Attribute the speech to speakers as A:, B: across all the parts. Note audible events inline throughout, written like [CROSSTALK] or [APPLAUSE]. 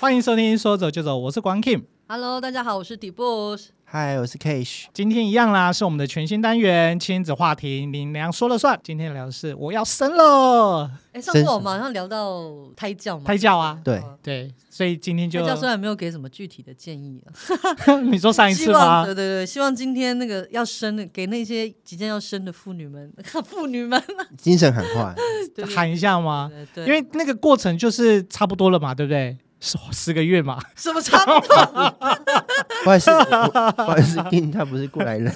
A: 欢迎收听《说走就走》，我是广 Kim。
B: Hello，大家好，我是底部。
C: 嗨，我是 Cash。
A: 今天一样啦，是我们的全新单元亲子话题，林娘说了算。今天聊的是我要生了，
B: 哎，上
C: 真
B: 次
C: 是
B: 我们好像聊到胎教嘛，
A: 胎教啊
C: 对
A: 对，所以今天就
B: 胎教虽然没有给什么具体的建议
A: [LAUGHS]
B: 啊，
A: 你说上一次
B: 希望
A: 吗
B: 对？对对，希望今天那个要生的，给那些即将要生的妇女们， [LAUGHS] 妇女
A: [LAUGHS]
B: 们，
C: 精神喊话，
B: 对对
A: 喊一下吗？
B: 对对，
A: 因为那个过程就是差不多了嘛，对不对？十十个月
B: [LAUGHS]
A: 嘛，
B: 什么差不多，
C: 不好意思，我不好意思，Kim 他不是过
A: [LAUGHS]
C: 来人，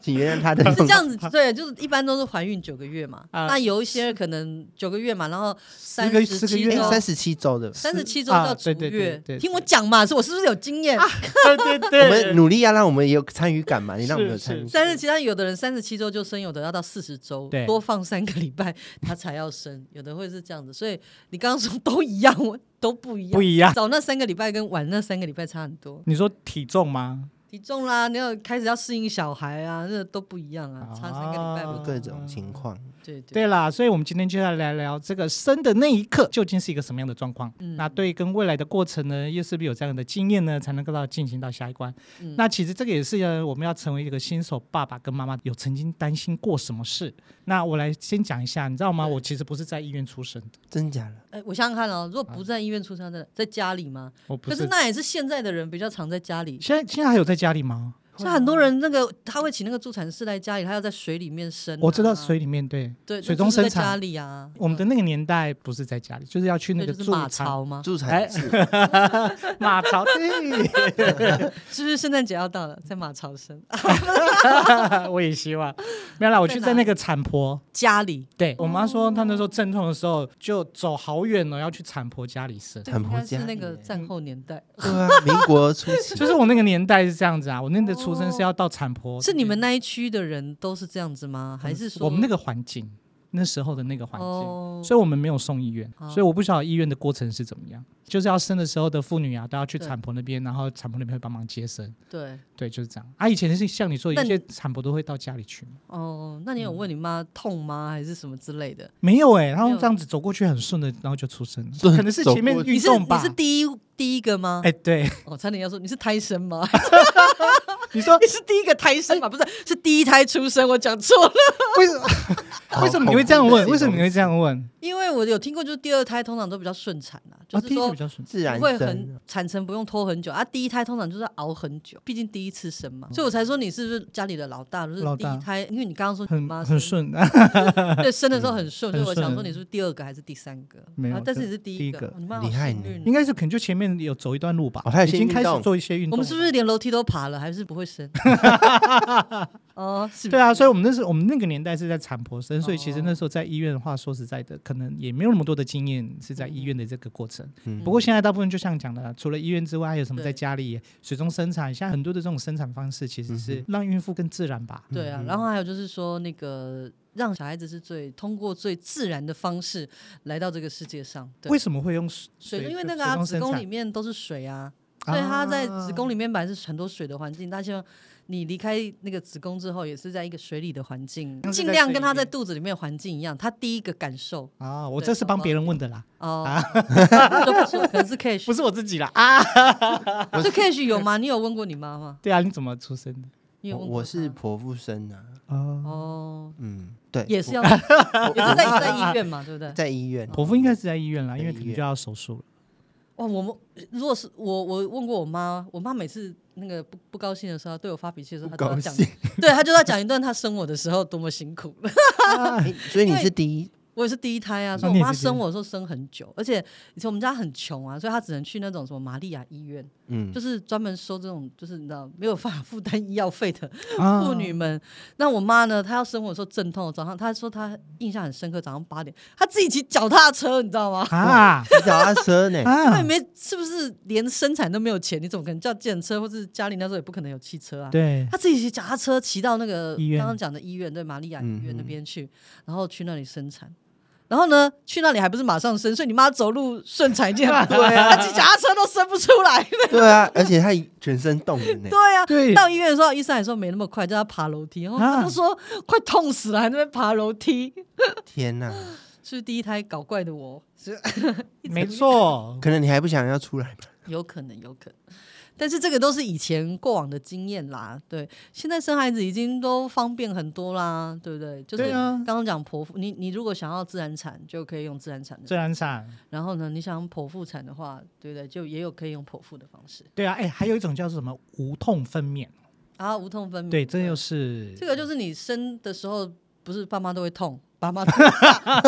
C: 请原谅他的。
B: 是这样子，对，就是一般都是怀孕九个月嘛，
A: 啊
B: 那有一些可能九个月嘛，然后
A: 十
B: 三
A: 个
B: 十
A: 十个
B: 七
A: 月
B: 周
C: 哎，，三十七周的，
B: 三十七周
A: 啊
B: 到足
A: 对对对
B: 月
A: 对对，
B: 听我讲嘛，是我是不是有经验？
A: 对对对，
C: 我们努力要让我们有参与感嘛，你让我们有参与
A: 是。
B: 三十七，但有的人三十七周就生，有的要到四十周
A: 对，
B: 多放三个礼拜他才要生，有的会是这样子。所以你刚刚说都一样，我都不一样，
A: 不一样。
B: 早那三个礼拜跟晚那三个礼拜差很多，
A: 你说体重吗？
B: 体重啦，你要开始要适应小孩啊，那都不一样啊，差三个礼拜
A: 啊
B: 不
C: 有
B: 多。
C: 各种情况，
B: 对对
A: 对啦，所以我们今天就要来聊这个生的那一刻究竟是一个什么样的状况。
B: 嗯
A: 那对跟未来的过程呢，又是不是有这样的经验呢，才能够到进行到下一关？
B: 嗯
A: 那其实这个也是呃我们要成为一个新手爸爸跟妈妈有曾经担心过什么事。那我来先讲一下，你知道吗？我其实不是在医院出生的，
C: 真假的？
B: 哎，我想想看哦，如果不在医院出生的，在家里吗？
A: 我啊不
B: 可是
A: 是。
B: 那也是现在的人比较常在家里，
A: 现在现在还有在家里吗？
B: 像很多
A: 啊
B: 人那个他会请那个助产士来家里，他要在水里面生啊。
A: 我知道水里面对，
B: 对
A: 水
B: 那
A: 中
B: 就是在
A: 生产
B: 家里啊，
A: 我们的
B: 嗯
A: 那个年代不是在家里，就是要去那
B: 对
A: 个
B: 就是
A: 助
B: 马
A: 产
B: 槽吗？
C: 助
A: 哎
C: 产士，
A: 马槽， [LAUGHS] 对。
B: 是不是圣诞节要到了，在马槽生？啊
A: 我也希望。没有啦，我去在那个产婆。
B: 家里
A: 对我妈说，她那时候阵痛的时候就走好远了，要去产婆家里嗯生。
C: 产婆
B: 应该
C: 家
B: 是那
C: 里
B: 个
C: 耶，
B: 战后年代，
C: [LAUGHS] 对啊，民国初期
A: 就是我那个年代是这样子啊，我那个出生是要到产婆。
B: 哦
A: 嗯
B: 是你们那一区的人都是这样子吗？还是说
A: 我们那个环境，那时候的那个环境，
B: 哦
A: 所以我们没有送医院，
B: 哦
A: 所以我不晓得医院的过程是怎么样。就是要生的时候的妇女啊，都要去
B: 对
A: 产婆那边，然后产婆那边会帮忙接生。
B: 对
A: 对，就是这样。啊，以前是像你说，
B: 那
A: 有
B: 你
A: 些产婆都会到家里去吗
B: 哦？那你有问你妈痛吗？还是什么之类的？
A: 没有哎、然
B: 没
A: 后
B: 有
A: 这样子走过去很顺的，然后就出生了。
C: 顺
A: 可能是
C: 走
A: 前面
C: 过去
B: 你
A: 嗯运
B: 是
A: 动
B: 你
A: 吧。
B: 是第一第一个吗？
A: 哎、对， [LAUGHS]
B: 哦，差点要说你是胎生吗？
A: 你说
B: 你是第一个胎生
A: 哎
B: 吗？不是，是第一胎出生，我讲错了。
A: 为什么？为什么你会这样问？为什么你会这样问？
B: 因为我有听过，就是第二胎通常都比较顺产啊，就
A: 啊，
B: 是
A: 第一个
B: 说
A: 比较顺。
C: 自然
B: 不会
C: 生
B: 很，
A: 啊
B: 产程不用拖很久啊。第一胎通常就是熬很久，毕竟第一次生嘛，所以我才说你是不是家里的老大，就是
A: 嗯老
B: 第
A: 大
B: 一胎，因为你刚刚说你
A: 很
B: 妈
A: 很
B: 生，
A: 顺，嗯
B: 对，生的时候很顺，所
A: 很
B: 以我想说
A: 顺
B: 你是不是第二个还是第三个？
A: 没有
B: 啊但是
A: 就
B: 你是第
A: 第一
B: 一个，
A: 个
B: 哦你妈好
C: 厉害
B: 幸
C: 呢
B: 运
A: 应该是可能就前面有走一段路吧
C: 哦他，有
A: 已
C: 些
A: 经开
C: 运
A: 始
C: 动
A: 做一些运动。
B: 我们是不是？连楼梯都爬了，还是不会生？ [LAUGHS] 哦，是
A: 对
B: 啊，
A: 啊，所以我们那时候我们那个年代是在产婆生，所以其实
B: 哦
A: 那时候在医院的话，说实在的，可能也没有那么多的经验是在医院的这个过程。
C: 嗯
A: 不过现在大部分就像讲的，除了医院之外，还有什么
B: 对
A: 在家里水中生产？现在很多的这种生产方式其实
C: 嗯
A: 是让孕妇更自然吧。
B: 对啊。然后还有就是说，那个让小孩子是最通过最自然的方式来到这个世界上。对
A: 为什么会用
B: 水，
A: 水？
B: 因为那个
A: 水
B: 啊，
A: 中
B: 子
A: 生
B: 宫
A: 产啊
B: 里面都是水啊，所以它在子宫里面本来是很多水的环境，它希望你离开那个子宫之后，也是在一个水里的环境，
A: 像是在
B: 尽量
A: 水
B: 跟
A: 里
B: 它在
A: 面
B: 肚子里面的环境一样。它第一个感受
A: 啊，我
B: 对
A: 这是
B: 宝
A: 帮
B: 宝
A: 别人问的啦，
B: 哦，就不是
A: [LAUGHS]
B: 可能是 cash，
A: 啊不是我自己啦啊。
B: 就 cash 有吗？你有问过你妈吗？
A: 对啊，你怎么出生的？
B: 你有
C: 我
B: 问过
C: 我是
B: 她
C: 婆妇生啊，
A: 哦，
B: 哦，
C: 嗯，对，
B: 也是要
A: [LAUGHS]
C: 我
B: 也是在在医院嘛，对不对？
C: 在医院，
A: 婆腹应该是在医院啦，
C: 嗯在
A: 因为
C: 医
A: 可能
C: 院
A: 就要手术了。
B: 哇，我们如果是我，我问过我妈，我妈每次那个不不高兴的时候，对我发脾气的时候，她
C: 不
B: 都要
C: 高
B: 讲，
C: 兴。
A: [LAUGHS]
B: 对她就要讲一段她生我的时候多么辛苦。 [LAUGHS]
C: 哎 [LAUGHS] 所以你是第一，
B: 我也是第一胎啊，
A: 嗯
B: 所
A: 那
B: 以我
A: 你
B: 妈
A: 也是第一
B: 生我的时候生很久，而且以前我们家很穷啊，所以她只能去那种什么玛利亚医院，
C: 嗯
B: 就，是专门收这种就是你知道没有办法负担医药费的
A: [LAUGHS] 啊
B: 妇女们。那我妈呢，她要生我的时候阵痛，早上她说她印象很深刻，早上八点她自己骑脚踏车，你知道吗？
A: 啊？
C: 你脚踏车呢
B: [LAUGHS] 那也
A: 啊，
B: 没是不是连生产都没有钱？你怎么可能叫计程车？或是家里那时候也不可能有汽车啊？
A: 对，
B: 他自己骑脚踏车骑到那个
A: 医院
B: 刚刚讲的医院，对，玛利亚医院
C: 嗯嗯
B: 那边去，然后去那里生产。然后呢，去那里还不是马上生，所以你妈走路顺产已经很对
A: [LAUGHS]
B: 啊，她骑脚踏车都生不出来。
C: 对啊，而且他全身冻着呢。
B: 对啊，
A: 对
B: 到医院的时候，医生还说没那么快，叫她爬楼梯，然后
A: 啊
B: 她就说快痛死了，还在那边爬楼梯。
C: 天哪，
B: 啊是不是第一胎搞怪的我，是一
A: 没错，
C: 可能你还不想要出来吧？
B: 有可能，有可能。但是这个都是以前过往的经验啦，对。现在生孩子已经都方便很多啦，对不对？就是
A: 对啊
B: 刚刚讲剖腹，你你如果想要自然产，就可以用自然产
A: 自
B: 的。
A: 然产。
B: 然后呢，你想剖腹产的话，对不对？就也有可以用剖腹的方式
A: 对啊，哎，还有一种叫做什么无痛分娩，
B: 啊，无痛分娩。
A: 对，这又
C: 嗯
A: 是
B: 这个就是你生的时候，不是爸妈都会 [LAUGHS] 痛，爸妈爸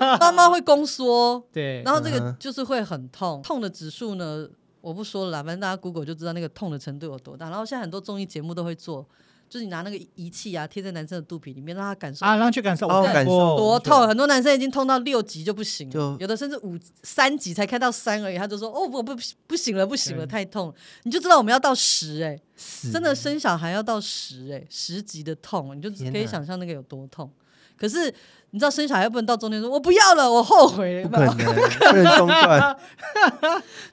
B: 妈爸妈会宫缩，
A: 对，
B: 然后这个
C: 嗯
B: 就是会很痛，痛的指数呢，我不说了啦，反正大家 Google 就知道那个痛的程度有多大。然后现在很多综艺节目都会做，就是你拿那个仪器啊贴在男生的肚皮里面，让他感受
A: 啊，让去感受，
C: 哦
A: 我看
C: 感受
A: 过
B: 多痛。很多男生已经痛到六级就不行了
C: 就，
B: 有的甚至五三级才开到三而已，他就说哦我不不行了不行了
A: 对
B: 太痛了，你就知道我们要到十哎、
C: 是
B: 真的生小孩要到十哎、十级的痛，你就
C: 天
B: 可以
C: 哪
B: 想象那个有多痛。可是你知道生小孩不能到中间说我不要了，我后悔了，
C: 不
B: 有没
C: 可
B: 有
C: 能，不能中
B: [LAUGHS]
C: 断。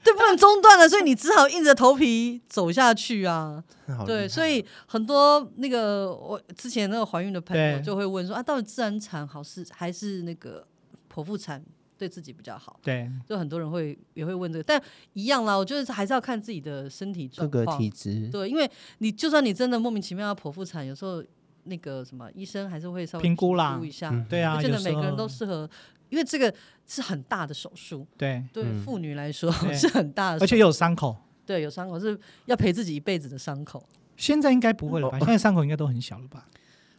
B: 对，不能中断了，所以你只好硬着头皮走下去啊。
C: 好厉
B: 对，
C: 害
B: 所以很多那个我之前那个怀孕的朋友
A: 对
B: 就会问说啊，到底自然产好是还是那个剖腹产对自己比较好？
A: 对，
B: 就很多人会也会问这个，但一样啦，我觉得还是要看自己的身体
C: 各
B: 状
C: 个
B: 况。
C: 体质，
B: 对，因为你就算你真的莫名其妙要剖腹产，有时候那个什么医生还是会稍微
A: 评估啦
B: 评估一下，
C: 嗯
A: 对
B: 不
A: 啊，
B: 见
A: 有
B: 得每
A: 时
B: 个人
A: 候
B: 都适合，因为这个是很大的手术，
A: 对，
B: 对
C: 嗯
B: 妇女来说
A: 对
B: [LAUGHS] 是很大的手术
A: 而且有伤口。
B: 对，有伤口是要陪自己一辈子的伤口。
A: 现在应该不会了
B: 哦
A: 吧？现在伤口应该都很小了吧？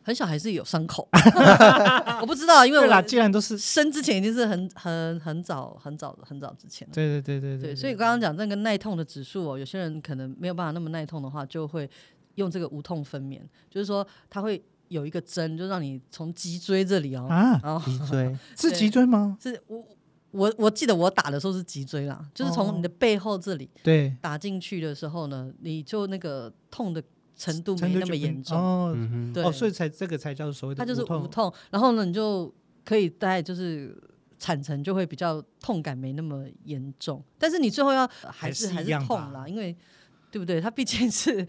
B: 很小还是有
A: [LAUGHS]
B: 伤口，我不知道，因为
A: 对啦，
B: 我
A: 既然都是，
B: 生之前已经是很很很早很早很早之前了。
A: 对对对对
B: 对，所以刚刚讲那个耐痛的指数哦，有些人可能没有办法那么耐痛的话，就会用这个无痛分娩，就是说它会有一个针，就让你从脊椎这里哦，
A: 啊，
B: 然后
C: 脊椎
A: 是脊椎吗？
B: 是我我我记得我打的时候是脊椎啦，就是从
A: 哦
B: 你的背后这里
A: 对，
B: 打进去的时候呢，你就那个痛的程度没
A: 针对
B: 那么
A: 就不
B: 严重，
A: 哦，
C: 嗯哼，
B: 对，
A: 哦，所以才这个才叫所谓的
B: 它就是无
A: 痛。
B: 痛，然后呢，你就可以在就是产程就会比较痛感没那么严重，但是你最后要还是
A: 还是
B: 还
A: 一
B: 是
A: 样吧
B: 痛啦，因为对不对？它毕竟是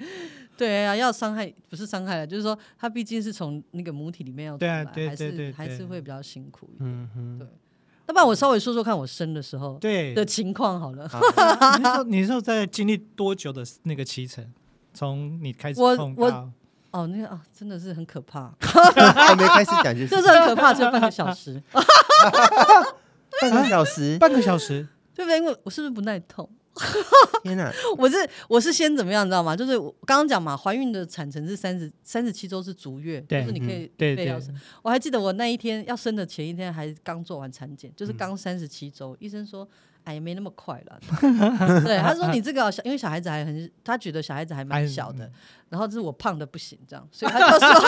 B: 对啊，要伤害不是伤害了，就是说它毕竟是从那个母体里面要出
A: 对啊
B: 来，
A: 对
B: 还
A: 对对
B: 是还是
A: 对
B: 会比较辛苦一点。
C: 嗯哼，
B: 那不然我稍微说说看我生的时候
A: 对，
B: 的情况好了。
A: 你那时候你那时候在经历多久的那个期程？从你开始
B: 我
A: 痛
B: 我
A: 到
B: 哦，那个啊，真的是很可怕，
C: 还没开始讲
B: [LAUGHS]
C: 就
B: 就是是很可怕，只有半个小时， [LAUGHS]
C: 半个小时，
A: 半个小时，
B: 对不对？因为我是不是不耐痛？
C: 天哪，
B: [LAUGHS] 我是我是先怎么样，你知道吗？就是我刚刚讲嘛，怀孕的产程是三十三十七周是足月，就
A: 对嗯
B: 是你可以
A: 对
B: 备
A: 对
B: 料生。我还记得我那一天要生的前一天还刚做完产检，
A: 嗯
B: 就是刚三十七周，医生说。哎，没那么快
A: [LAUGHS]
B: 了。对，他说你这个小，因为小孩子还很，他觉得小孩子还蛮
A: 还
B: 小的，然后就是我胖的不行这样，所以他就
A: [LAUGHS]
B: 说，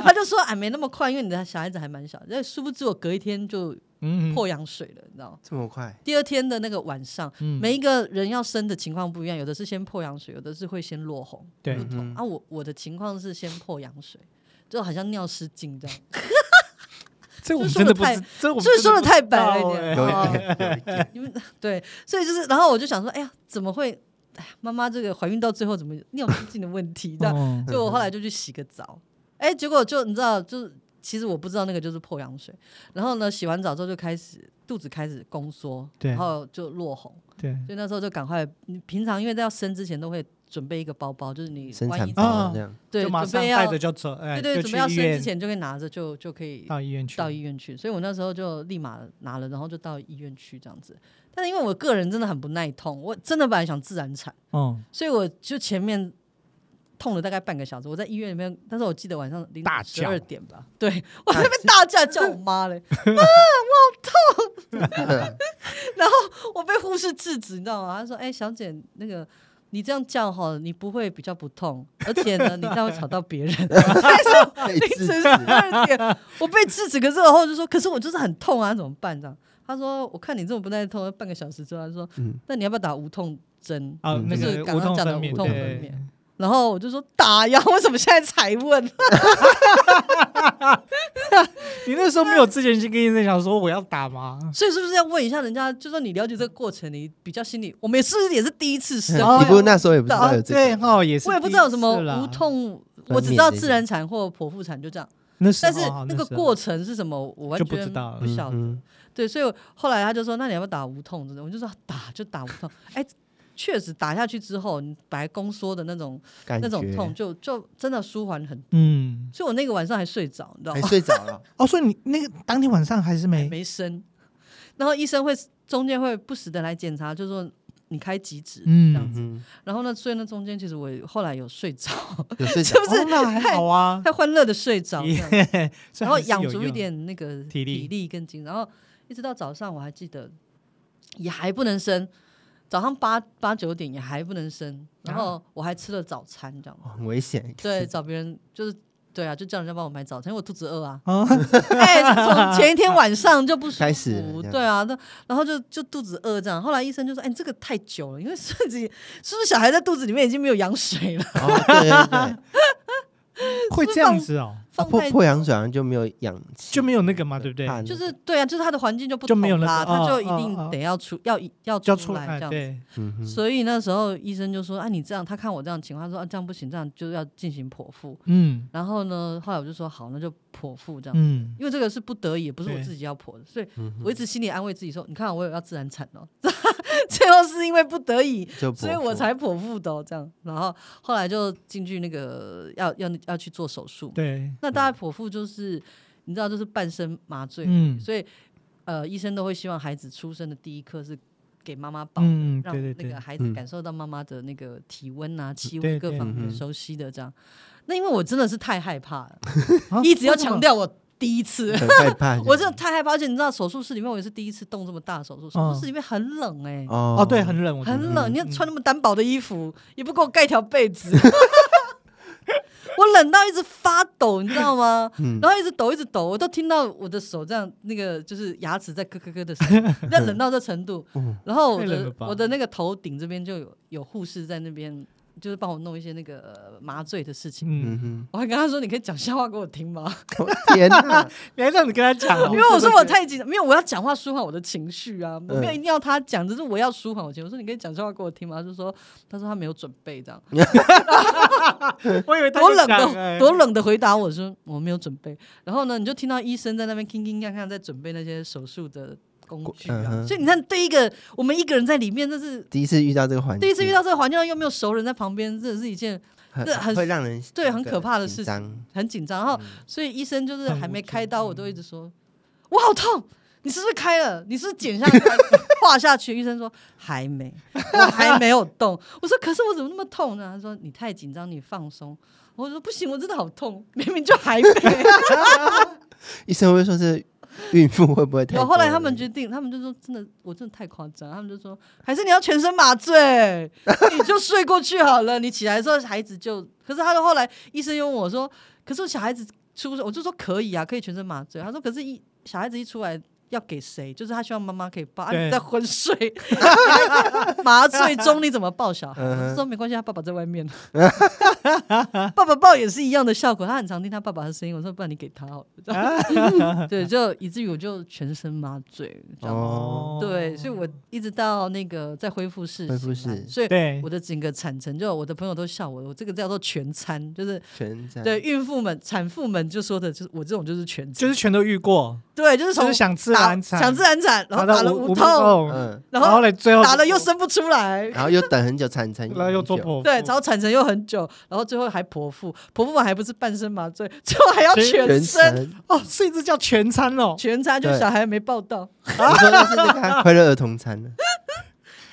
B: 他就说哎，没那么快，因为你的小孩子还蛮小的。但殊不知我隔一天就
A: 嗯，
B: 破羊水了，你知道吗？
C: 这
B: [LAUGHS]
C: 么快，
B: 第二天的那个晚上，
A: 嗯
B: 每一个人要生的情况不一样，有的是先破羊水，有的是会先落红。
A: 对
B: 不
C: 嗯
B: 同
C: 哼
B: 啊，我我的情况是先破羊水，就好像尿失禁这样， [LAUGHS]
A: 这我们
B: 说
A: 真
B: 得
A: 的不
B: 太
A: 知，这我们
B: 所以
A: 真
B: 说的
A: 不
B: 太
A: 知
B: 白了
A: 道
B: 一点。
A: 欸
C: 有一
B: 哦
C: 点，有一点，
B: 你们对，所以就是，然后我就想说，哎呀，怎么会？哎呀，妈妈这个怀孕到最后怎么尿失禁的问题？这样，
A: 哦
B: 就我后来就去洗个澡，哎，结果就你知道，就是其实我不知道那个就是破羊水，然后呢，洗完澡之后就开始肚子开始宫缩，
A: 对
B: 然后就落红。
A: 对
B: 所以那时候就赶快，你平常因为在要生之前都会准备一个包包，就是你
C: 生
B: 万
C: 产
B: 一
A: 啊
C: 包这样，
B: 对
A: 就马
B: 准
A: 上
B: 备
A: 带
B: 要
A: 着就走，哎，
B: 对
A: 就
B: 对准
A: 去
B: 备要
A: 医
B: 生
A: 院
B: 之前就可以拿着就就可以
A: 到医院去，
B: 到医院去，所以我那时候就立马拿了，然后就到医院去这样子。但是因为我个人真的很不耐痛，我真的本来想自然产，
A: 嗯，
B: 所以我就前面痛了大概半个小时，我在医院里面，但是我记得晚上零
A: 大
B: 十二
A: 叫
B: 点吧，对 [LAUGHS] 我在那边大叫叫我妈嘞， [LAUGHS] 啊， [LAUGHS]
C: [LAUGHS]
B: 我好痛！然后我被护士制止，你知道吗？她说：“哎、小姐，那个你这样叫哈，你不会比较不痛，而且呢，你这样会吵到别人。” [LAUGHS]
C: 被
B: 凌
C: 制
B: [LAUGHS] 晨
C: 止
B: 十二点，我被制止，可是我后来就说，可是我就是很痛啊，怎么办这样？他说，我看你这么不耐痛，半个小时之后，他说，
C: 嗯
B: 那你要不要打无痛针？
A: 啊，
C: 嗯
A: 那
B: 就是
A: 个
B: 刚
A: 无
B: 刚
A: 痛
B: 讲的
A: 分
B: 无
A: 娩，
B: 痛
A: 对
B: 分娩。然后我就说打呀，为什么现在才问？ [LAUGHS]
A: 你那时候没有之前先跟医生讲说我要打吗？
B: 所以是不是要问一下人家？就说你了解这个过程，你比较心里，我们也是不是也是第一次啊生？
C: 嗯你不是那时候也不知道有这
A: 对哦
C: 个，嗯
A: 哈，也是，
B: 我也不知道有什么无，痛，
C: 分娩
B: 我只知道
C: 这
B: 自
C: 个
B: 然产或剖腹产，就这样。
A: 那时
B: 但是
A: 候啊
B: 那个
A: 时候
B: 过程是什么，我完
A: 就
B: 全
A: 不知道了
B: 不晓得。
C: 嗯
B: 对，所以后来他就说：“那你要不要打无痛？”我就说：“打就打无痛。”哎，确实打下去之后，你白宫缩的那种
C: 感觉
B: 那种痛，就就真的舒缓很多。
A: 嗯，
B: 所以我那个晚上还睡着，你知道
C: 还
B: 吗？
C: 哎睡着
B: [LAUGHS]
C: 了，
A: 哦，所以你那个当天晚上还是没
B: 没生。然后医生会中间会不时的来检查，就说你开几指，
A: 嗯
B: 这样子。
C: 嗯，
B: 然后呢，所以那中间其实我也后来有睡着， [LAUGHS]
C: 有睡着
B: 就，是
A: 哦那还好啊，
B: 太欢乐的睡着 [LAUGHS] 这样子，
A: 所以
B: 然后
A: 还是
B: 养
A: 有
B: 足一
A: 用，
B: 点那个
A: 体力
B: 体力跟精神，然后一直到早上我还记得也还不能生，早上八八九点也还不能生，然
A: 啊
B: 后我还吃了早餐这样子，
C: 哦很危险。
B: 对，找别人就是。对啊，就叫人家帮我买早餐，因为我肚子
A: [LAUGHS]
B: 饿啊。 [LAUGHS]
A: 啊
B: 哎、是从前一天晚上就不舒服
C: 开始了这样
B: 对啊，那然后就就肚子饿这样。后来医生就说：“哎、你这个太久了，因为甚至是不是小孩在肚子里面已经没有羊水了，[LAUGHS]
C: [LAUGHS] 哦，对对对，
A: 会这样子哦，
B: 放
C: 破
B: 太
C: 破羊水好像就没有氧气，
A: 就没有那个嘛，对不对？
C: 怕那
B: 就
C: 个
B: 是对啊，就是他的环境就不
A: 就没有
B: 同
A: 那
B: 啦，
A: 个哦
B: 他就一
A: 哦
B: 定
A: 哦
B: 得要出要要
A: 就要
B: 出来
A: 来
B: 这样。
A: 哎对，
C: 嗯哼
B: 所以那时候医生就说：“啊，你这样，他看我这样情况，他说啊，这样不行，这样就要进行剖腹。
A: 嗯”
B: 然后呢，后来我就说：“好，那就剖腹这样。
A: 嗯，
B: 因为这个是不得已，不是我
A: 对
B: 自己要剖的，所以
C: 嗯哼
B: 我一直心里安慰自己说：“你看，我有要自然产哦， [LAUGHS] 最后是因为不得已，
C: 就
B: 所以
C: 勃
B: 我
C: 起
B: 才剖腹的、哦。”这样，然后后来就进去那个要要要去做手术嘛。
A: 对，
B: 那大概剖腹就是你知道，就是半身麻醉，
A: 嗯
B: 所以呃，医生都会希望孩子出生的第一刻是给妈妈抱，
A: 嗯，
B: 让
A: 对对
B: 那
A: 对
B: 个，孩子
C: 嗯
B: 感受到妈妈的那个体温啊、气
A: 对
B: 温各
A: 对
B: 方
C: 嗯
B: 面
C: 哼
B: 熟悉的这样。那因为我真的是太害怕了，
A: 啊
B: 一直要
A: 为什么
B: 强调我第一次。。
C: 很害怕
B: [LAUGHS] 我真的太害怕，而且你知道手术室里面我也是第一次动这么大的手术，手
A: 嗯
B: 术室里面很冷哎、
C: 哦
A: 哦，对，很冷，我觉得
B: 很冷，你看
A: 嗯
B: 穿那么单薄的衣服，也不给我盖条被子， [LAUGHS] 我冷到一直发抖，你知
A: [LAUGHS]
B: 道吗？
C: 嗯
B: 然后一直抖，一直抖，我都听到我的手这样，那个就是牙齿在咯咯咯的声音，那冷到这
A: [LAUGHS]
B: 程度
C: 嗯。
B: 然后我
A: 哦太冷了
B: 的
A: 吧
B: 我的那个头顶这边就有有护士在那边，就是帮我弄一些那个呃麻醉的事情。
A: 嗯，
B: [LAUGHS]
C: 嗯
B: 我还跟他说：“你可以讲笑话给我听吗？”
C: 哼，我天哪，
A: 你还这样子跟他讲哦，
B: [LAUGHS] 因为我说我太紧张，没有，我要讲话舒缓我的情绪啊，我没有
C: 嗯
B: 一定要他讲，只是我要舒缓我情绪。我说你可以讲笑话给我听吗？他就说他说他没有准备这样，
A: 我以为他
B: 多
A: 就
B: 冷
A: 讲
B: 的
A: 哎
B: 多冷的回答我说我没有准备。然后呢，你就听到医生在那边叮叮当当在准备那些手术的工具
C: 嗯
B: 啊。
C: 哼
B: 所以你看，对一个我们一个人在里面，这是
C: 第一次遇到这个环境，
B: 第一次遇到这个环境，又没有熟人在旁边，这是一件
C: 很
B: 这很
C: 会让人
B: 对很
C: 那个
B: 可怕的事
C: 紧张
B: 情，很紧张。然后
C: 嗯
B: 所以医生就是
A: 很
B: 还
A: 无
B: 没
A: 助嗯
B: 开刀，我都一直说我好痛，你是不是开了？你是不是剪下去
A: [LAUGHS]
B: 画下去？医生说还没，我还没有动。我说可是我怎么那么痛呢？他说你太紧张，你放松。我说不行，我真的好痛，明明就还没。
C: 医生会说是孕妇会不会太
B: 然
C: 多
B: 后
C: 了？
B: 后来他们决定，他们就说真的，我真的太夸张。他们就说还是你要全身麻
C: [LAUGHS]
B: 醉，你就睡过去好了。你起来之后孩子就，可是他说后来医生又问我说，可是小孩子出生，我就说可以啊，可以全身麻醉。他说可是一小孩子一出来。要给谁？就是他希望妈妈可以抱，啊、
A: 对
B: 你在昏睡， [LAUGHS] 麻醉中你怎么抱小孩？
C: 嗯哼
B: 我就说没关系，他爸爸在外面，爸爸抱也是一样的效果。他很常听他爸爸的声音，我说不然你给他好了。
C: [LAUGHS]
B: 对，就以至于我就全身麻醉，这样子。
C: 哦
B: 对，所以我一直到那个在恢复室
C: 恢复
B: 醒来
C: 室
B: 所以
A: 对
B: 我的整个产程就我的朋友都笑我，我这个叫做全餐，就是
C: 全在
B: 对孕妇们、产妇们就说的，就是我这种就是全餐，
A: 就是全都遇过，
B: 对，就是
A: 就
B: 从
A: 是想自
B: 打
A: 然产，
B: 想自然产，然后
A: 到
B: 打了
A: 无
B: 无痛，
A: 痛，
C: 嗯，
B: 然
A: 然
B: 后
A: 后嘞最后
B: 打了又，生不出来，
C: 然后又等很久，产程
A: 然后又做
C: 很久
A: 剖腹，
B: 对，然后产程又很久，然后最后还剖腹，剖腹完还不是半身麻醉，最后还要
A: 全
B: [LAUGHS] 全 [LAUGHS]
C: 全
B: 身
C: 程。
A: 哦，所以这叫全餐哦，
B: 全餐，就
C: 对
B: 小孩没抱到，
C: 你说那是那个啊快乐儿童餐呢？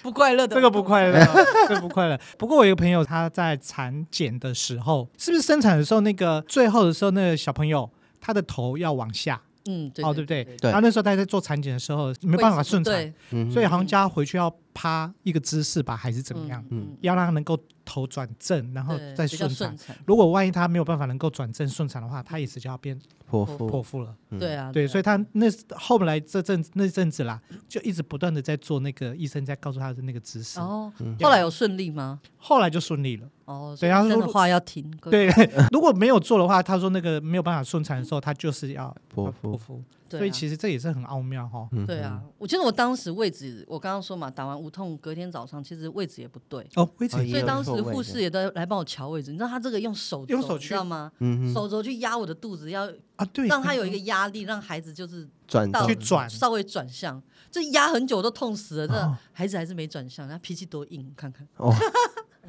B: 不快乐的，哦
A: 这个不快
B: [LAUGHS]
A: 乐，这个不快乐。不过我有一个朋友，他在产检的时候，是不是生产的时候，那个最后的时候，那个小朋友他的头要往下，
B: 嗯，对，
A: 哦，对不对？
C: 对
A: 然后那时候他在做产检的时候，没办法顺产，
B: 对，
C: 嗯，
A: [LAUGHS] 所以好像叫他回去要趴一个姿势吧，还是怎么样，
C: 嗯
A: 要让他能够头转正，然后
B: 对
A: 再
B: 比较
A: 顺产
B: 顺。产。
A: 如果万一他没有办法能够转正顺产的话，他也是就要变
C: 剖
A: 剖
C: 腹，
A: 腹了。
C: 嗯
B: 对啊，
A: 对，所以
B: 以
A: 他那后来这阵子那阵子啦，就一直不断的在做那个医生在告诉他的那个姿势，
B: 哦
C: 嗯，
B: 后来有顺利吗？
A: 后来就顺利了。
B: 哦，
A: 对
B: 所以
A: 他
B: 医生
A: 说
B: 的话要听，各
A: [LAUGHS]
B: 位
A: 对，如果没有做的话，他说那个没有办法顺产的时候，他就是要
C: 剖
A: 剖
C: 腹
A: 腹，
B: 对啊
A: 所以其实这也是很奥妙哈、
C: 嗯
B: 对啊，我记得我当时位置，我刚刚说嘛，打完无痛，隔天早上其实位置也不对，
A: 哦，魏姐
C: 哎呀
B: 所
C: 也
B: 以
C: 有
B: 当时
C: 错位
B: 护
C: 的
B: 士也都来帮我瞧位置。你知道他这个用手
A: 用
B: 肘
A: 手
B: 你
A: 去
B: 知道吗？
C: 嗯哼，
B: 手肘去压我的肚子，要
A: 啊，对，
B: 让他有一个压力，让孩子就是
C: 转
B: 到
C: 到
A: 去转
B: 稍微转向。这压很久都痛死了，
A: 哦
B: 这孩子还是没转向，他脾气多硬，看看。
C: 哦，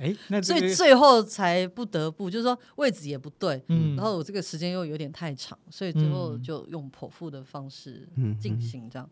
A: 哎，那
B: 所
A: 这
B: 以
A: 个
B: 最后才不得不就是说位置也不对，
A: 嗯，
B: 然后我这个时间又有点太长，所以最后
A: 嗯
B: 就用剖腹的方式
C: 嗯
B: 进，行这样。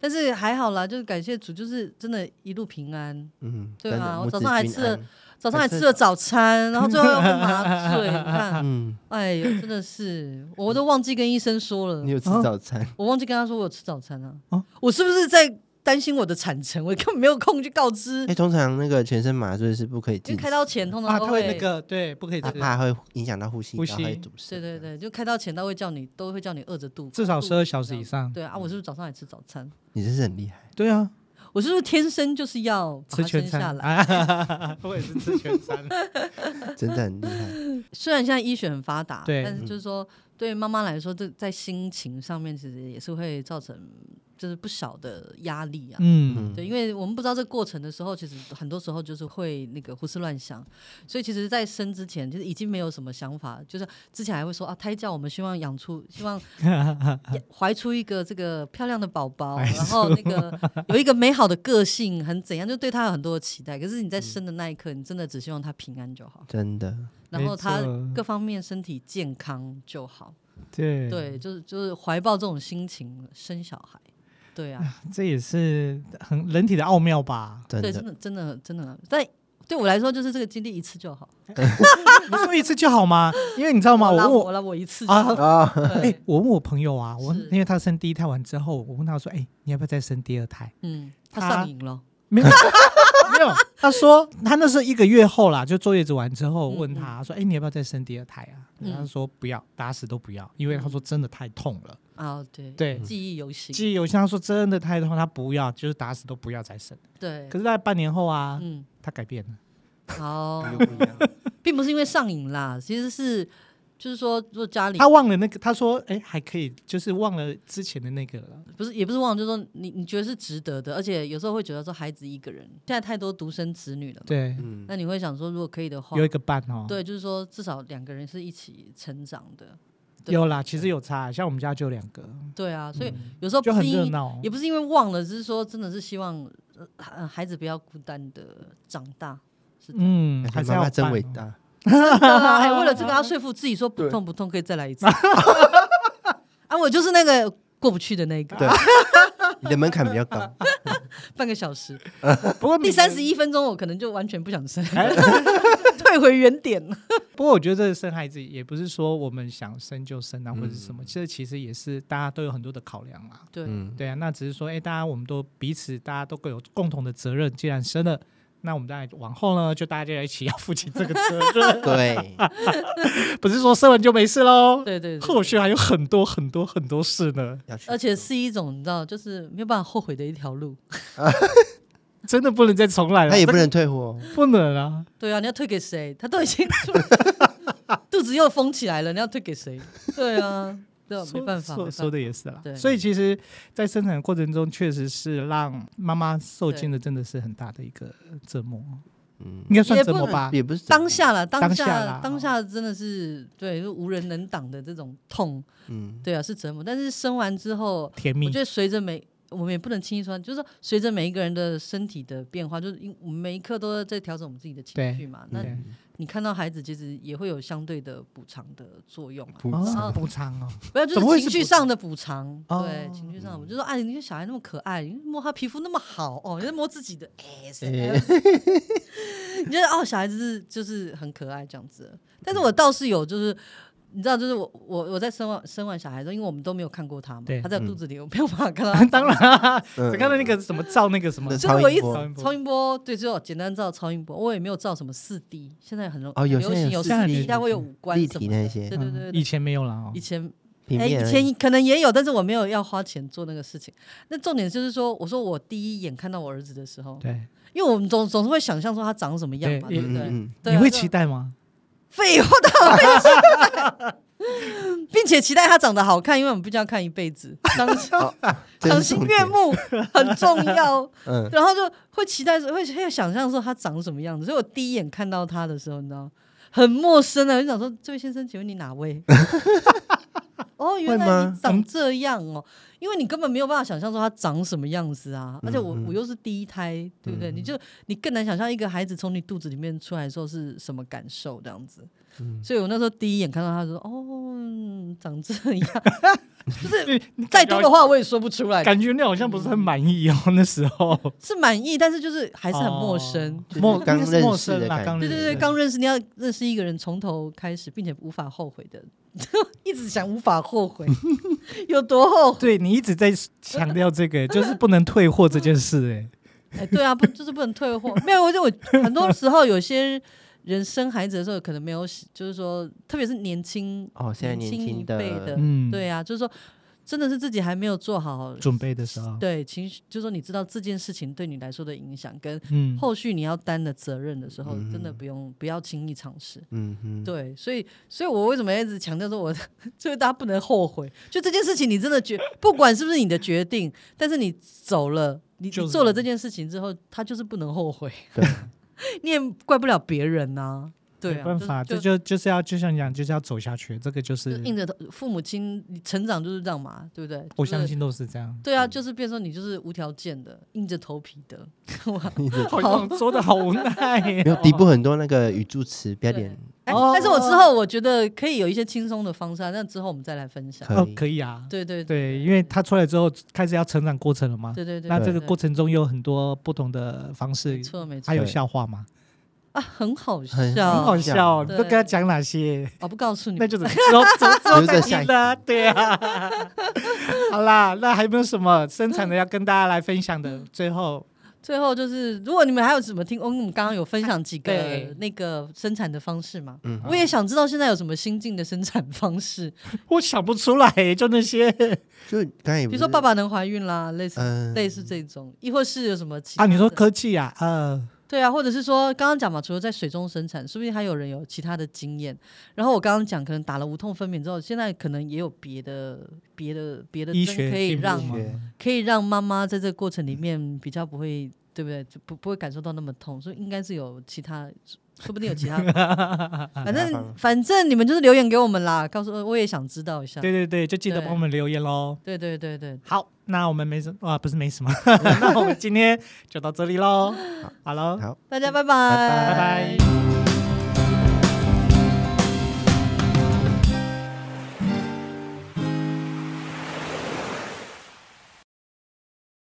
B: 但是还好啦，就是感谢主，就是真的一路平安。
C: 嗯，
B: [LAUGHS] 对
C: 真的
B: 啊我
C: 母
B: 早
C: 子
B: 上还
C: 均
B: 吃了
C: 安
B: 早
A: 哎
B: 上还吃了早餐，然后最后又喝麻醉，你
A: [LAUGHS]
B: 看，
C: 嗯，
B: 哎呦，真的是，我都忘记跟医生说了
C: 你，有吃
A: 哦
C: 早餐？
B: 我忘记跟他说我有吃早餐啊。
A: 哦
B: 我是不是在担心我的产程？我根本没有空去告知，
C: 哎，通常那个全身麻醉是不可以
B: 因为
C: 进食
B: 开刀前通
A: 啊，
B: 常
A: 他
B: 都
A: 会那个对，不可以
C: 他
A: 这个
C: 怕会影响到呼吸
A: 呼
C: 道，还有
A: 吸
C: 阻
B: 对
C: 塞。
B: 对，对，就开刀前他会叫你，都会叫你饿着肚，
A: 至少
B: 肚
A: 十二小时以上。
B: 对啊，我是不是早上还吃早餐？
C: 你真是很厉害。
A: 对啊，
B: 我是不是天生就是要把
A: 吃
B: 它
A: 全
B: 生下
A: 餐
B: 来？
A: 啊， [LAUGHS] 我也是吃全餐。
C: 真的很
B: [LAUGHS]
C: 厉害。
B: 虽然现在医学很发达，
A: 对嗯
B: 但是就是说，对妈妈来说，这在心情上面其实也是会造成就是不小的压力啊。
A: [LAUGHS] 嗯，
C: 嗯，
B: 对，因为我们不知道这过程的时候，其实很多时候就是会那个胡思乱想，所以其实，在生之前就是已经没有什么想法，就是之前还会说啊，胎教我们希望养出，希望怀出一个这个漂亮的宝宝，然后那个
A: [LAUGHS]
B: 有一个美好的个性，很怎样，就对他有很多的期待。可是你
A: 嗯
B: 在生的那一刻，你真的只希望他平安就好，
C: 真的，
B: 然后他
A: 没错
B: 各方面身体健康就好。
A: 对，
B: 对，就是就是怀抱这种心情生小孩。对啊，
A: 这也是很人体的奥妙吧？
C: 真
B: 对，真
C: 的，
B: 的，真的，真的，但对我来说，就是这个经历一次就好。
A: [LAUGHS] 你说一次就好吗？因为你知道吗？我
B: 我拉
A: 问
B: 我
A: 我，
B: 拉我一次
A: 啊 [LAUGHS]
B: 就好
C: [LAUGHS] 啊，
A: 哎、
B: 对，
A: 我问我朋友啊，我问
B: 是
A: 因为他生第一胎完之后，我问他说，哎、你要不要再生第二胎？
B: [LAUGHS] 嗯，他
A: 他
B: 上瘾了，
A: 没有，没有。他说他那时候一个月后啦，就坐月子完之后，
B: 嗯
A: 问他说：“哎、你要不要再生第二胎啊？”
B: 嗯
A: 他说：“不要，打死都不要，因为他说真的太痛了。
B: 啊，对，
A: 对，
B: 记忆犹新，
A: 记忆犹新。他说真的太痛，他不要，就是打死都不要再生。
B: 对
A: 可，是，在半年后啊，
B: 嗯，
A: 他改变了。
B: 好，
C: 又不一样。
B: [LAUGHS] 并不是因为上瘾啦，其实是就是说，如果家里
A: 他忘了那个，他说：“哎、还可以，就是忘了之前的那个了。
B: 不是也不是忘了，就是说你你觉得是值得的，而且有时候会觉得说孩子一个人，现在太多独生子女了嘛，
A: 对，
C: 嗯，
B: 那你会想说，如果可以的话
A: 有，一个伴哦。
B: 对，就是说至少两个人是一起成长的，对
A: 有啦，其实有差，像我们家就两个，
B: 对啊，所以有时
A: 嗯
B: 候
A: 就
B: 不
A: 很
B: 是因
A: 热闹。
B: 也不是因为忘了，只是说真的是希望呃呃孩子不要孤单的长
A: [LAUGHS]
B: 大。是的
A: 嗯，还
C: 感
A: 是
C: 觉
A: 要有
C: 妈妈真
A: 伴
C: 伟
A: 哦。
C: 大。
B: 哎，为了这个要说服自己说不
C: 对
B: 痛不痛，可以再来一次。 [LAUGHS] 啊，我就是那个过不去的那个，
C: 对，你的门槛比较
B: [LAUGHS]
C: 高。
B: 半个小时，
A: [LAUGHS] 不过哎
B: 第
A: 每
B: 三
A: 个
B: 十一分钟我可能就完全不想生， [LAUGHS] 退回原点了。
A: 不过我觉得这个生孩子也不是说我们想生就生啊，
C: 嗯
A: 或者是什么，这、其实也是大家都有很多的考量啦。
B: 对， [LAUGHS]
C: 嗯，
A: 对啊，那只是说，哎，大家我们都彼此大家都各有共同的责任，既然生了，那我们当然往后呢，就大家就要一起要负起这个责任，
C: 对，
A: 不是说生完就没事喽。
B: 对对对，
A: 后续还有很多很多很多事呢，
C: 要去
B: 而且是一种你知道，就是没有办法后悔的一条路。
A: 真的不能再重来了。
C: 他也不
A: 这
B: [LAUGHS]
C: 能退货哦。
A: 个不能啊，
B: 对啊，你要推给谁？他都已经
A: [LAUGHS]
B: 肚子又封起来了，你要推给谁？对啊，对啊，
A: 说
B: 没办法，没
A: 说
B: 办
A: 说
B: 法。
A: 的也是啦
B: 对。
A: 所以其实，在生产的过程中，确实是让妈妈受
B: 对
A: 尽的真的是很大的一个折磨，
C: 嗯，
A: 应该算
B: 也
A: 折
B: 不
A: 磨
B: 能
A: 吧。
C: 也不是
B: 当，下了，当
A: 当
B: 下
A: 下啦哦
B: 当下真的是对，就无人能挡的这种痛，
C: 嗯，
B: 对啊，是折磨。但是生完之后，
A: 甜
B: 我
A: 蜜
B: 觉，得随着每我们也不能轻易说，就是说随着每一个人的身体的变化，就是因我们每一刻都在调整我们自己的情绪嘛。那
A: 对
C: 嗯
B: 你看到孩子，其实也会有相对的补偿的作用啊，
C: 补
A: 哦
C: 偿
A: 补偿
B: [LAUGHS]
A: 哦，
B: 不要就
A: 怎么会
B: 是
A: 是
B: 情
A: 补
B: 绪上的补偿，
A: 哦
B: 对，情绪上的补，就说哎，你看小孩那么可爱，你摸他皮肤那么好哦，你在摸自己的，哎，谁
C: 哎
B: 哎 [LAUGHS] 你觉得哦，小孩子是就是很可爱这样子。但是
A: 嗯
B: 我倒是有，就是你知道，就是我我我在生完生完小孩之后，因为我们都没有看过他嘛
A: 对，。
B: 他在
C: 嗯
B: 肚子里，我没有办法看到他
A: [LAUGHS] 当然、啊，
C: 嗯
A: 只看到那个什么照那个什么
C: 那
B: 就是
C: 超
B: 我一
C: 音
B: 直
C: 波
A: 超音波
B: 超音波，对，只有简单照超音波，我也没有照什么四 D，现在很容
C: 哦有
B: 流行有
A: 现在
B: 四
A: 有嗯
B: D，
A: 4D
B: 它会有五官
C: 立
B: 什
C: 体
B: 么的
C: 那些
B: 对对对
A: 嗯
B: 对
A: 以，前没有了哦
B: 以。前
C: 平
B: 哎，
C: 面而
B: 以
C: 已
B: 前可能也有，但是我没有要花钱做那个事情。那重点就是说，我说我第一眼看到我儿子的时候，
A: 对，
B: 因为我们总总是会想象说他长什么样嘛，
A: 对
B: 对不
C: 嗯
B: 对？
C: 嗯，
B: 对啊
A: 你会
B: 这
A: 期待吗？
B: 废话，当然会期并且期待他长得好看，因为我们毕竟要看一辈子，
C: [LAUGHS]
B: 赏心
C: 好，哦这
B: 赏
C: 是
B: 心
C: 重
B: 悦
C: 点。
B: 目很重要。
C: [LAUGHS] 嗯，
B: 然后就会期待，会会想象说他长什么样子。所以我第一眼看到他的时候，你知道，很陌生啊的，我就想说：“这位先生，请问你哪位？” [LAUGHS] 哦，原来
C: 吗
B: 你长这样哦，因为你根本没有办法想象说他长什么样子啊。而且我
C: 嗯嗯
B: 我又是第一胎，对不对？你就你更难想象一个孩子从你肚子里面出来的时候是什么感受，这样子。所以我那时候第一眼看到他说：“哦，嗯长这样。” [LAUGHS] 就是
A: 你
B: 再多的话我也说不出来，
A: 感觉你好像不是很满意哦，那时候
B: 是满意，但是就是 [LAUGHS] 还是很陌生。
A: 哦陌
C: 就是刚
A: 应该是陌
C: 认识的
A: 生啦，
C: 感
A: 刚
B: 对
A: 认
B: 对
A: 识
B: 对，刚认识你要认识一个人，从头开始，并且无法后悔的， [LAUGHS] 一直想无法后 [LAUGHS] 悔，有多后悔？
A: 对你一直在强调这个，就是不能退货这件事、哎，
B: 哎，对啊，不就是不能退货？没有，我 [LAUGHS] 就我很多时候有些人生孩子的时候，可能没有，就是说，特别是年轻
C: 哦，现在
B: 年
C: 年
B: 轻一
C: 轻的
B: 辈的，
A: 嗯
B: [LAUGHS] 对啊，就是说，真的是自己还没有做好
A: 准备的时候，
B: 对情绪，就是说你知道这件事情对你来说的影响，跟
A: 嗯，
B: 后续你要担的责任的时候，真的
C: 嗯
B: 不用不要轻易尝试。
C: 嗯哼，
B: 对，所以，所以我为什么要一直强调说我的， [LAUGHS] 就是大家不能后悔，就这件事情，你真的决，不管是不是你的决定，但是你走了，你
A: 就
B: 你
A: 是
B: 做了这件事情之后，他就是不能后悔，
C: 对
B: [LAUGHS] 你也怪不了别人呐、对啊，
A: 没办法，这
B: 就是
A: 就就是要就像你讲，就是要走下去，这个就
B: 就是硬着头，父母亲你成长就是这样嘛，对不对？
A: 我
B: 就是
A: 相。信都嗯是这
B: [LAUGHS]
A: 样。
B: 对啊，就是变成说你就是无条件的，硬着头皮
A: [LAUGHS]
B: 的，哇！
A: 好像说的好无奈、
C: 没
B: 哦
C: 有底部很多那个语助词标点
B: [LAUGHS] 哎，
A: 哦
B: 但是我之后我觉得可以有一些轻松的方式啊，那之后我们再来分享。
C: 可
A: 哦，
C: 以，
A: 可以啊，
B: 对对
A: 对，因为他出来之后开始要成长过程了嘛，
B: 对对对，
A: 那这个
B: 对
A: 过程中有很多不同的方式
B: 没，错没错
A: 还有
C: 对
A: 笑话嘛，
B: 啊，很好笑，
C: 很
A: 很好笑哦，你
B: 对
A: 都跟他讲哪些？
B: 我不告诉你
A: 那。
B: [LAUGHS]
A: 就只能之后之后之后
C: 留着
A: 再
C: 下
A: 听
C: 一
A: 啦，对啊。 [LAUGHS] 好啦，那还有没有什么生产的要跟大家来分享的？最后，
B: 最后就是，如果你们还有什么听，哦因为我们刚刚有分享几
A: 对
B: 个那个生产的方式嘛，
C: 嗯
B: 我也想知道现在有什么新进的生产方式，
A: 我想不出来、就那些
C: 就刚才
B: 比
C: 也不
B: 如
C: 是
B: 说爸，爸能怀孕啦，类似、
C: 嗯，
B: 类似这种，亦或是有什么其他
A: 啊，
B: 的
A: 你说科技啊，呃，
B: 对啊，或者是说刚刚讲嘛，除了在水中生产，说不定还有人有其他的经验。然后我刚刚讲，可能打了无痛分娩之后，现在可能也有别的别的别的
A: 医
B: 针
A: 学
B: 可以
A: 进步
B: 让
A: 嘛
C: 学
B: 可以让妈妈在这个过程里面比较不会，对不对？就不不会感受到那么痛，所以应该是有其他，说不定有
C: [LAUGHS]
B: 其他，反正反正你们就是留言给我们啦，告诉我我也想知道一下。
A: 对对对，就记得
B: 对
A: 帮我们留言喽。
B: 对对对对，
A: 好，那我们没什啊，不是没
B: [LAUGHS]
A: 什么，那我们今天就到这里喽。好喽，
C: 好。
B: 大家拜拜，
C: 拜
A: 拜拜。